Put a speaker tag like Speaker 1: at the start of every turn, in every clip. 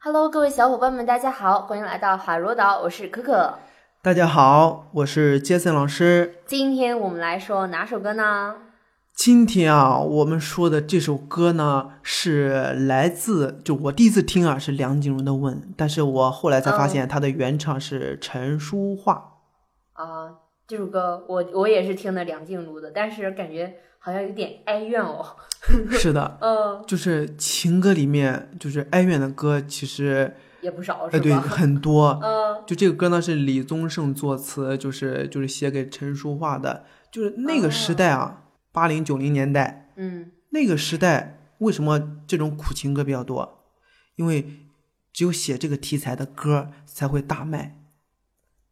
Speaker 1: Hello，各位小伙伴们，大家好，欢迎来到海螺岛，我是可可。
Speaker 2: 大家好，我是杰森老师。
Speaker 1: 今天我们来说哪首歌呢？
Speaker 2: 今天啊，我们说的这首歌呢，是来自就我第一次听啊，是梁静茹的《吻》，但是我后来才
Speaker 1: 哦
Speaker 2: 发现它的原唱是陈 淑桦。
Speaker 1: 啊、这首歌我我也是听的梁静茹的，但是感觉好像有点哀怨哦。
Speaker 2: 是的，
Speaker 1: 嗯，
Speaker 2: 就是情歌里面就是哀怨的歌，其实
Speaker 1: 也不少
Speaker 2: 哎
Speaker 1: 是
Speaker 2: 对
Speaker 1: 吧？
Speaker 2: 很多。
Speaker 1: 嗯，
Speaker 2: 就这个歌呢是李宗盛作词，就是就是写给陈淑桦的，就是那
Speaker 1: 哦
Speaker 2: 个时代啊，八零九零年代，
Speaker 1: 嗯，
Speaker 2: 那个时代为什么这种苦情歌比较多？因为只有写这个题材的歌才会大卖，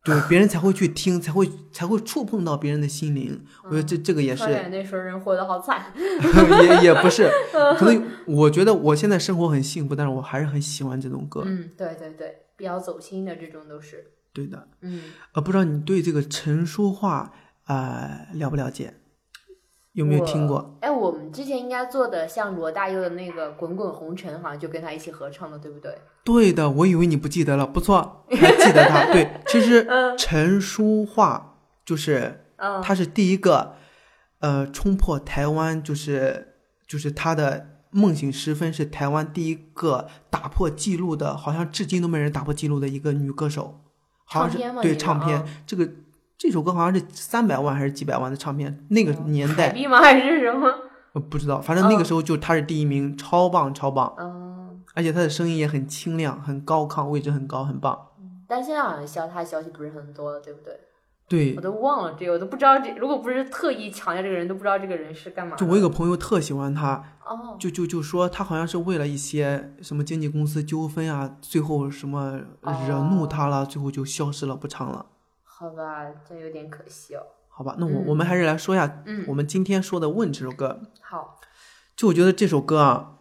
Speaker 2: 就是别人才会去听，才会才会触碰到别人的心灵。我觉得这这个也
Speaker 1: 突然
Speaker 2: 是，
Speaker 1: 感觉那时候人活得好惨。
Speaker 2: 也也不是，可能我觉得我现在生活很幸福，但是我还是很喜欢这种歌。
Speaker 1: 嗯，对对对，比较走心的这种都是。
Speaker 2: 对的，
Speaker 1: 嗯，
Speaker 2: 呃，不知道你对这个陈淑桦啊、呃了不了解？有没有听过？
Speaker 1: 哎，我们之前应该做的像罗大佑的那个《滚滚红尘》，好像就跟他一起合唱的，对不对？
Speaker 2: 对的，我以为你不记得了，不错， 还记得他。对，其实陈淑桦就是
Speaker 1: 嗯，
Speaker 2: 她是第一个，呃，冲破台湾就是就是她的梦醒时分是台湾第一个打破记录的，好像至今都没人打破记录的一个女歌手，好像
Speaker 1: 唱片吗
Speaker 2: 是
Speaker 1: 那
Speaker 2: 对
Speaker 1: 个
Speaker 2: 唱片
Speaker 1: 嗯
Speaker 2: 这个这首歌好像是三百万还是几百万的唱片，那个年
Speaker 1: 海
Speaker 2: 代、
Speaker 1: 币吗？还是什么？
Speaker 2: 呃不知道，反正那个
Speaker 1: 嗯
Speaker 2: 时候就她是第一名，超棒超棒，
Speaker 1: 嗯。
Speaker 2: 而且她的声音也很清亮，很高亢，位置很高，很棒。
Speaker 1: 但现在好像消他消息不是很多了，对不对？
Speaker 2: 对
Speaker 1: 我，都忘了这个，我都不知道这，如果不是特意强调这个人，都不知道这个人是干嘛的。
Speaker 2: 就我有个朋友特喜欢他，
Speaker 1: 哦，
Speaker 2: 就就就说他好像是为了一些什么经纪公司纠纷啊，最后什么
Speaker 1: 哦
Speaker 2: 惹怒他了，最后就消失了不唱了。
Speaker 1: 好吧，真有点可惜哦。
Speaker 2: 好吧，那我、
Speaker 1: 嗯
Speaker 2: 我们还是来说一下
Speaker 1: 嗯，
Speaker 2: 我们今天说的《问》这首歌。
Speaker 1: 好，
Speaker 2: 就我觉得这首歌啊，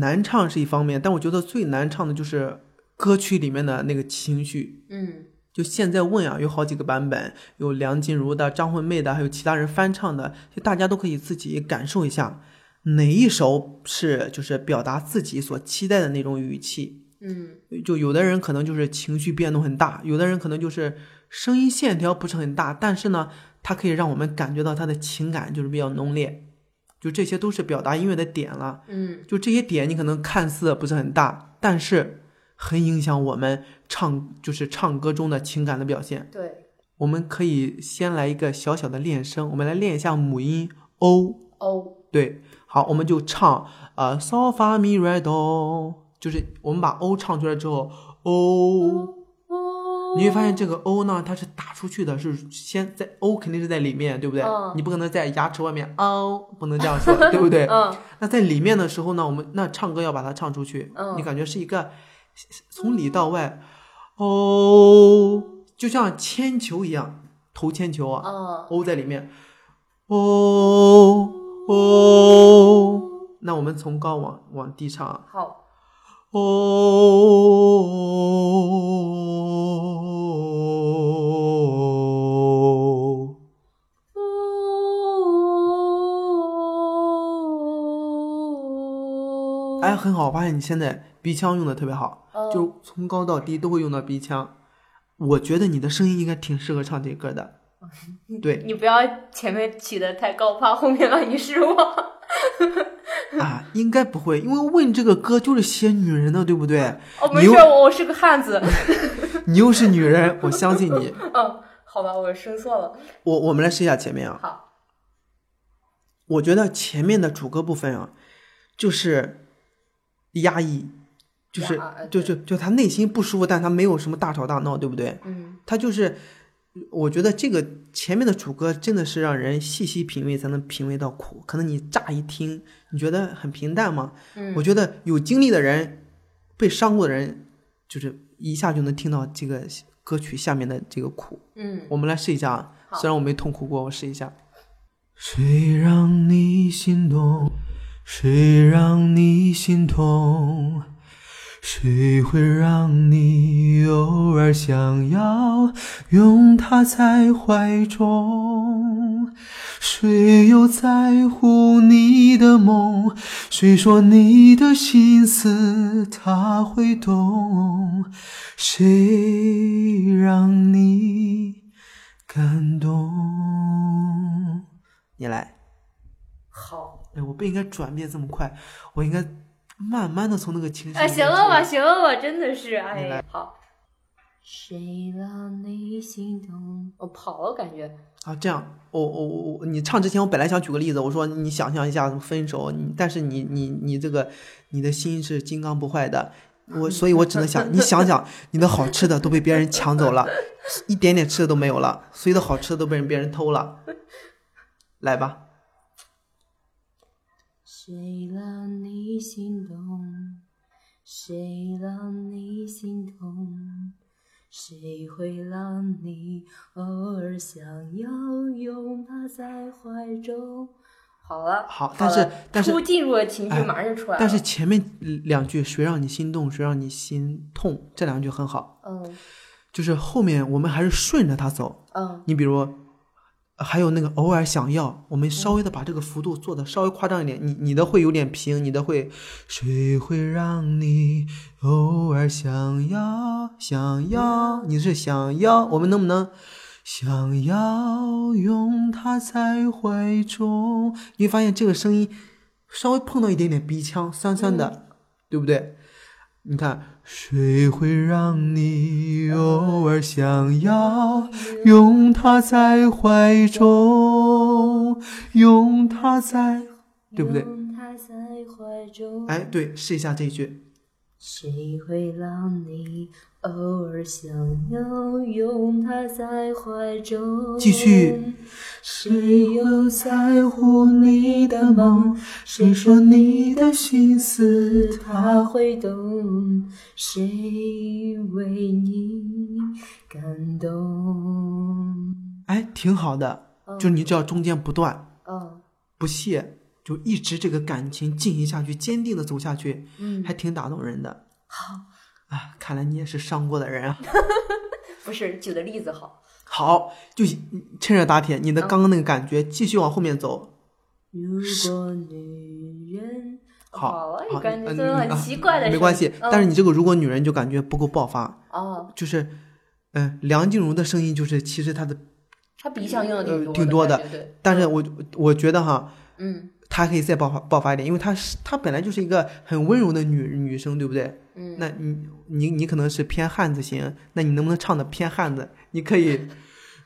Speaker 2: 难唱是一方面，但我觉得最难唱的就是歌曲里面的那个情绪。
Speaker 1: 嗯
Speaker 2: 就现在《问》啊，有好几个版本，有梁静茹的、张惠妹的，还有其他人翻唱的，就大家都可以自己感受一下，哪一首是就是表达自己所期待的那种语气。
Speaker 1: 嗯
Speaker 2: 就有的人可能就是情绪变动很大，有的人可能就是声音线条不是很大，但是呢，它可以让我们感觉到他的情感就是比较浓烈，就这些都是表达音乐的点了。
Speaker 1: 嗯，
Speaker 2: 就这些点，你可能看似不是很大，但是很影响我们唱，就是唱歌中的情感的表现。
Speaker 1: 对
Speaker 2: 我们可以先来一个小小的练声，我们来练一下母音 o。
Speaker 1: 哦，
Speaker 2: 对，好，我们就唱呃 so fa mi re do，就是我们把 o 唱出来之后，o，你会发现这个 o 呢，它是打出去的，是先在 o 肯定是在里面，对不对？
Speaker 1: 嗯
Speaker 2: 你不可能在牙齿外面 o，不能这样说，对不对？
Speaker 1: 嗯
Speaker 2: 那在里面的时候呢，我们那唱歌要把它唱出去，
Speaker 1: 嗯
Speaker 2: 你感觉是一个从里到外，哦，就像铅球一样，投铅球啊，
Speaker 1: 嗯
Speaker 2: 哦在里面，哦哦，那我们从高往往低唱啊，
Speaker 1: 好，
Speaker 2: 哦。哎，很好，我发现你现在鼻腔用的特别好。
Speaker 1: 嗯，
Speaker 2: 就从高到低都会用到鼻腔。我觉得你的声音应该挺适合唱这歌的。对
Speaker 1: 你不要前面起的太高，怕后面让你失望。
Speaker 2: 啊，应该不会，因为《问》这个歌就是写女人的，对不对？
Speaker 1: 哦，没
Speaker 2: 你
Speaker 1: 事，
Speaker 2: 又
Speaker 1: 我我是个汉子。
Speaker 2: 你又是女人，我相信你。
Speaker 1: 嗯，好吧，我说错了。
Speaker 2: 我我们来试一下前面啊，
Speaker 1: 好，
Speaker 2: 我觉得前面的主歌部分啊，就是压抑，就是
Speaker 1: 呀
Speaker 2: 就就就他内心不舒服，但他没有什么大吵大闹，对不对？
Speaker 1: 嗯
Speaker 2: 他就是，我觉得这个前面的主歌真的是让人细细品味才能品味到苦。可能你乍一听，你觉得很平淡吗？
Speaker 1: 嗯，
Speaker 2: 我觉得有经历的人，被伤过的人，就是一下就能听到这个歌曲下面的这个苦。
Speaker 1: 嗯
Speaker 2: 我们来试一下啊，
Speaker 1: 好
Speaker 2: 虽然我没痛苦过，我试一下。谁让你心动？谁让你心痛？谁会让你偶尔想要拥他在怀中？谁又在乎你的梦？谁说你的心思他会懂？谁让你感动？你来，
Speaker 1: 好，
Speaker 2: 哎，我不应该转变这么快，我应该慢慢的从那个情绪。
Speaker 1: 啊，行了吧，？行了吧，真的是，
Speaker 2: 你
Speaker 1: 哎
Speaker 2: 来，
Speaker 1: 好。谁让你心动？我跑了，感觉
Speaker 2: 啊，这样，我我我我，你唱之前，我本来想举个例子，我说你想象一下分手，你但是你你你这个你的心是金刚不坏的，我所以，我只能想，你想想，你的好吃的都被别人抢走了，一点点吃的都没有了，所有的好吃的都被人别人偷了，来吧，
Speaker 1: 谁让你心动？谁让你心痛？谁会让你偶尔想要拥他在怀中？好了，
Speaker 2: 好
Speaker 1: 了，
Speaker 2: 但是但是
Speaker 1: 初进入的情绪
Speaker 2: 哎
Speaker 1: 马上就出来了。
Speaker 2: 但是前面两句谁让你心动，谁让你心痛，这两句很好，
Speaker 1: 嗯
Speaker 2: 就是后面我们还是顺着它走，
Speaker 1: 嗯
Speaker 2: 你比如，呃还有那个偶尔想要，我们稍微的把这个幅度做的稍微夸张一点，你你的会有点平，你的会，谁会让你偶尔想要想要？你是想要，我们能不能？想要拥他在怀中，你会发现这个声音稍微碰到一点点鼻腔，酸酸的，对不对？你看，谁会让你偶尔想要拥他在怀中，拥他在……对不对
Speaker 1: 拥他在怀中
Speaker 2: 哎，对，试一下这一句。
Speaker 1: 谁会让你偶尔想要拥他在怀中？
Speaker 2: 继续。
Speaker 1: 谁又
Speaker 2: 在乎你的梦？谁说你的心思
Speaker 1: 他会懂？谁为你感动？
Speaker 2: 哎，挺好的，就你只要中间不断
Speaker 1: 嗯
Speaker 2: 不懈，就一直这个感情进行下去，坚定的走下去，
Speaker 1: 嗯，
Speaker 2: 还挺打动人的。好啊，看来你也是伤过的人啊。
Speaker 1: 不是举的例子好。
Speaker 2: 好，就趁热打铁，你的刚刚那个感觉继续往后面走。
Speaker 1: 如果女人
Speaker 2: 好，
Speaker 1: 了，
Speaker 2: 好
Speaker 1: 你感觉
Speaker 2: 嗯
Speaker 1: 都很奇怪的声
Speaker 2: 啊
Speaker 1: 音，
Speaker 2: 没关系。
Speaker 1: 嗯
Speaker 2: 但是你这个如果女人就感觉不够爆发，
Speaker 1: 哦，
Speaker 2: 就是，嗯、梁静茹的声音就是其实她的，
Speaker 1: 他鼻腔用的
Speaker 2: 呃
Speaker 1: 挺
Speaker 2: 挺
Speaker 1: 多
Speaker 2: 多
Speaker 1: 的
Speaker 2: 的
Speaker 1: 感觉，对，
Speaker 2: 但是我我觉得哈，
Speaker 1: 嗯
Speaker 2: 她可以再爆发爆发一点，因为她是她本来就是一个很温柔的女女生，对不对？
Speaker 1: 嗯，
Speaker 2: 那你你你可能是偏汉子型，那你能不能唱的偏汉子？你可以。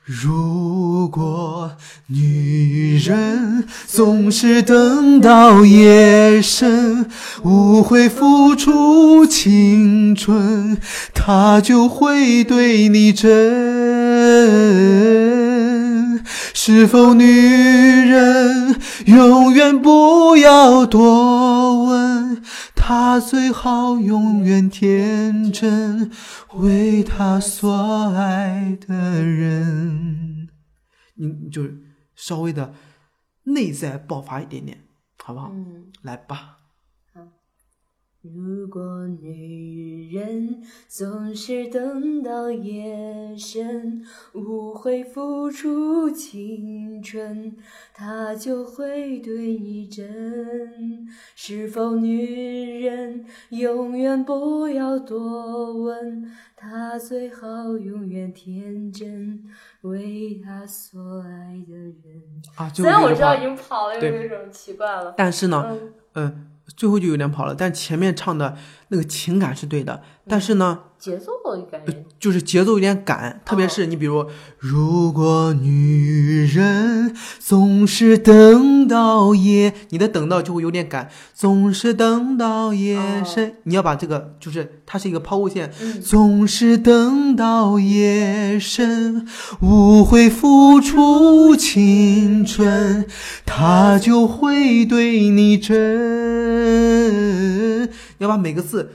Speaker 2: 如果女人总是等到夜深，无悔付出青春，她就会对你真。是否女人永远不要多问，她最好永远天真，为她所爱的人。你你就是稍微的内在爆发一点点，好不好？
Speaker 1: 嗯。
Speaker 2: 来吧，
Speaker 1: 如果女人总是等到夜深，无悔付出青春，她就会对你真。是否女人永远不要多问，她最好永远天真，为她所爱的人。
Speaker 2: 啊，最
Speaker 1: 虽然
Speaker 2: 后
Speaker 1: 我
Speaker 2: 这句
Speaker 1: 知道
Speaker 2: 话
Speaker 1: 已。经跑了，有
Speaker 2: 对
Speaker 1: 有一种奇怪了。
Speaker 2: 但是呢，
Speaker 1: 嗯
Speaker 2: 嗯，最后就有点跑了，但前面唱的那个情感是对
Speaker 1: 嗯
Speaker 2: 的，但是呢，
Speaker 1: 节奏我感觉
Speaker 2: 就是节奏有点
Speaker 1: 哦
Speaker 2: 赶，特别是你比如，如果女人总是等到夜，你的等到就会有点赶，总是等到夜深，你要把这个就是它是一个抛物线，
Speaker 1: 嗯
Speaker 2: 总是等到夜深，无悔付出青春，他就会对你真。要把每个字，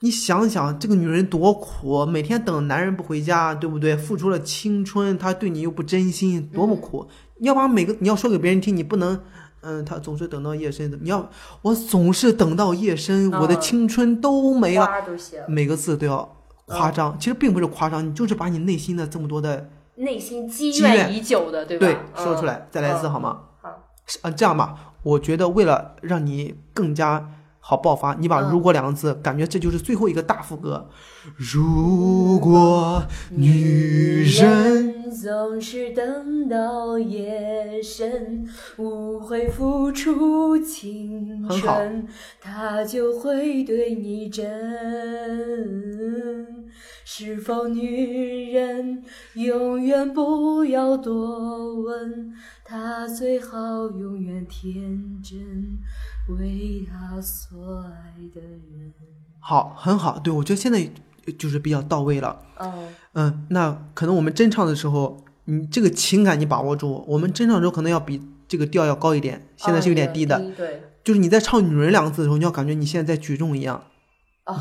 Speaker 2: 你想想，这个女人多苦，每天等男人不回家，对不对？付出了青春，他对你又不真心，多么苦！你要把每个你要说给别人听，你不能嗯，他总是等到夜深，你要我总是等到夜深，我的
Speaker 1: 嗯
Speaker 2: 青春都没了，
Speaker 1: 花都谢了，
Speaker 2: 每个字都要夸
Speaker 1: 嗯
Speaker 2: 张，其实并不是夸张，你就是把你内心的这么多的
Speaker 1: 内心积
Speaker 2: 积
Speaker 1: 怨
Speaker 2: 怨
Speaker 1: 已久的，对吧？
Speaker 2: 对
Speaker 1: 嗯
Speaker 2: 说出来，再来一次
Speaker 1: 嗯
Speaker 2: 好吗？
Speaker 1: 好，
Speaker 2: 是啊，这样吧，我觉得为了让你更加好爆发，你把“
Speaker 1: 嗯
Speaker 2: 如果”两个字，感觉这就是最后一个大副歌。如果女
Speaker 1: 嗯
Speaker 2: 人，
Speaker 1: 总是等到夜深，无悔付出青
Speaker 2: 很好
Speaker 1: 春，她就会对你真。是否女人永远不要多问，她最好永远天真，为她所爱的人。
Speaker 2: 好，很好，对我觉得现在就是比较到位了。
Speaker 1: 哦，
Speaker 2: 嗯，那可能我们真唱的时候，你这个情感你把握住，我们真唱的时候可能要比这个调要高一点，现在是有点低的。
Speaker 1: 嗯对，
Speaker 2: 就是你在唱“女人”两个字的时候，你要感觉你现在在举重一样。
Speaker 1: 哦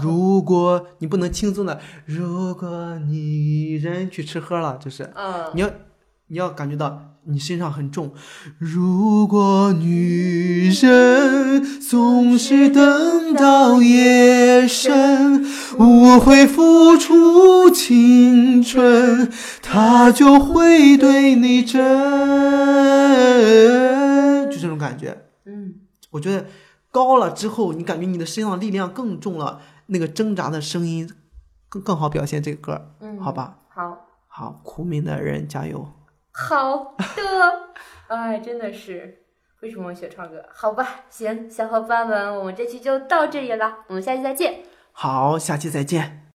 Speaker 2: 如果你不能轻松的，如果女人去吃喝了，就是
Speaker 1: 嗯，
Speaker 2: 你要你要感觉到你身上很重。如果女人总是等到夜深，我会付出青春，她就会对你真，就这种感觉。
Speaker 1: 嗯。
Speaker 2: 我觉得高了之后，你感觉你的身上的力量更重了，那个挣扎的声音更更好表现这个歌儿，
Speaker 1: 嗯，
Speaker 2: 好，吧？
Speaker 1: 好，
Speaker 2: 好，苦命的人加油！
Speaker 1: 好的，哎，真的是，为什么我学唱歌？好吧，行，小伙伴们，我们这期就到这里了，我们下期再见。
Speaker 2: 好，下期再见。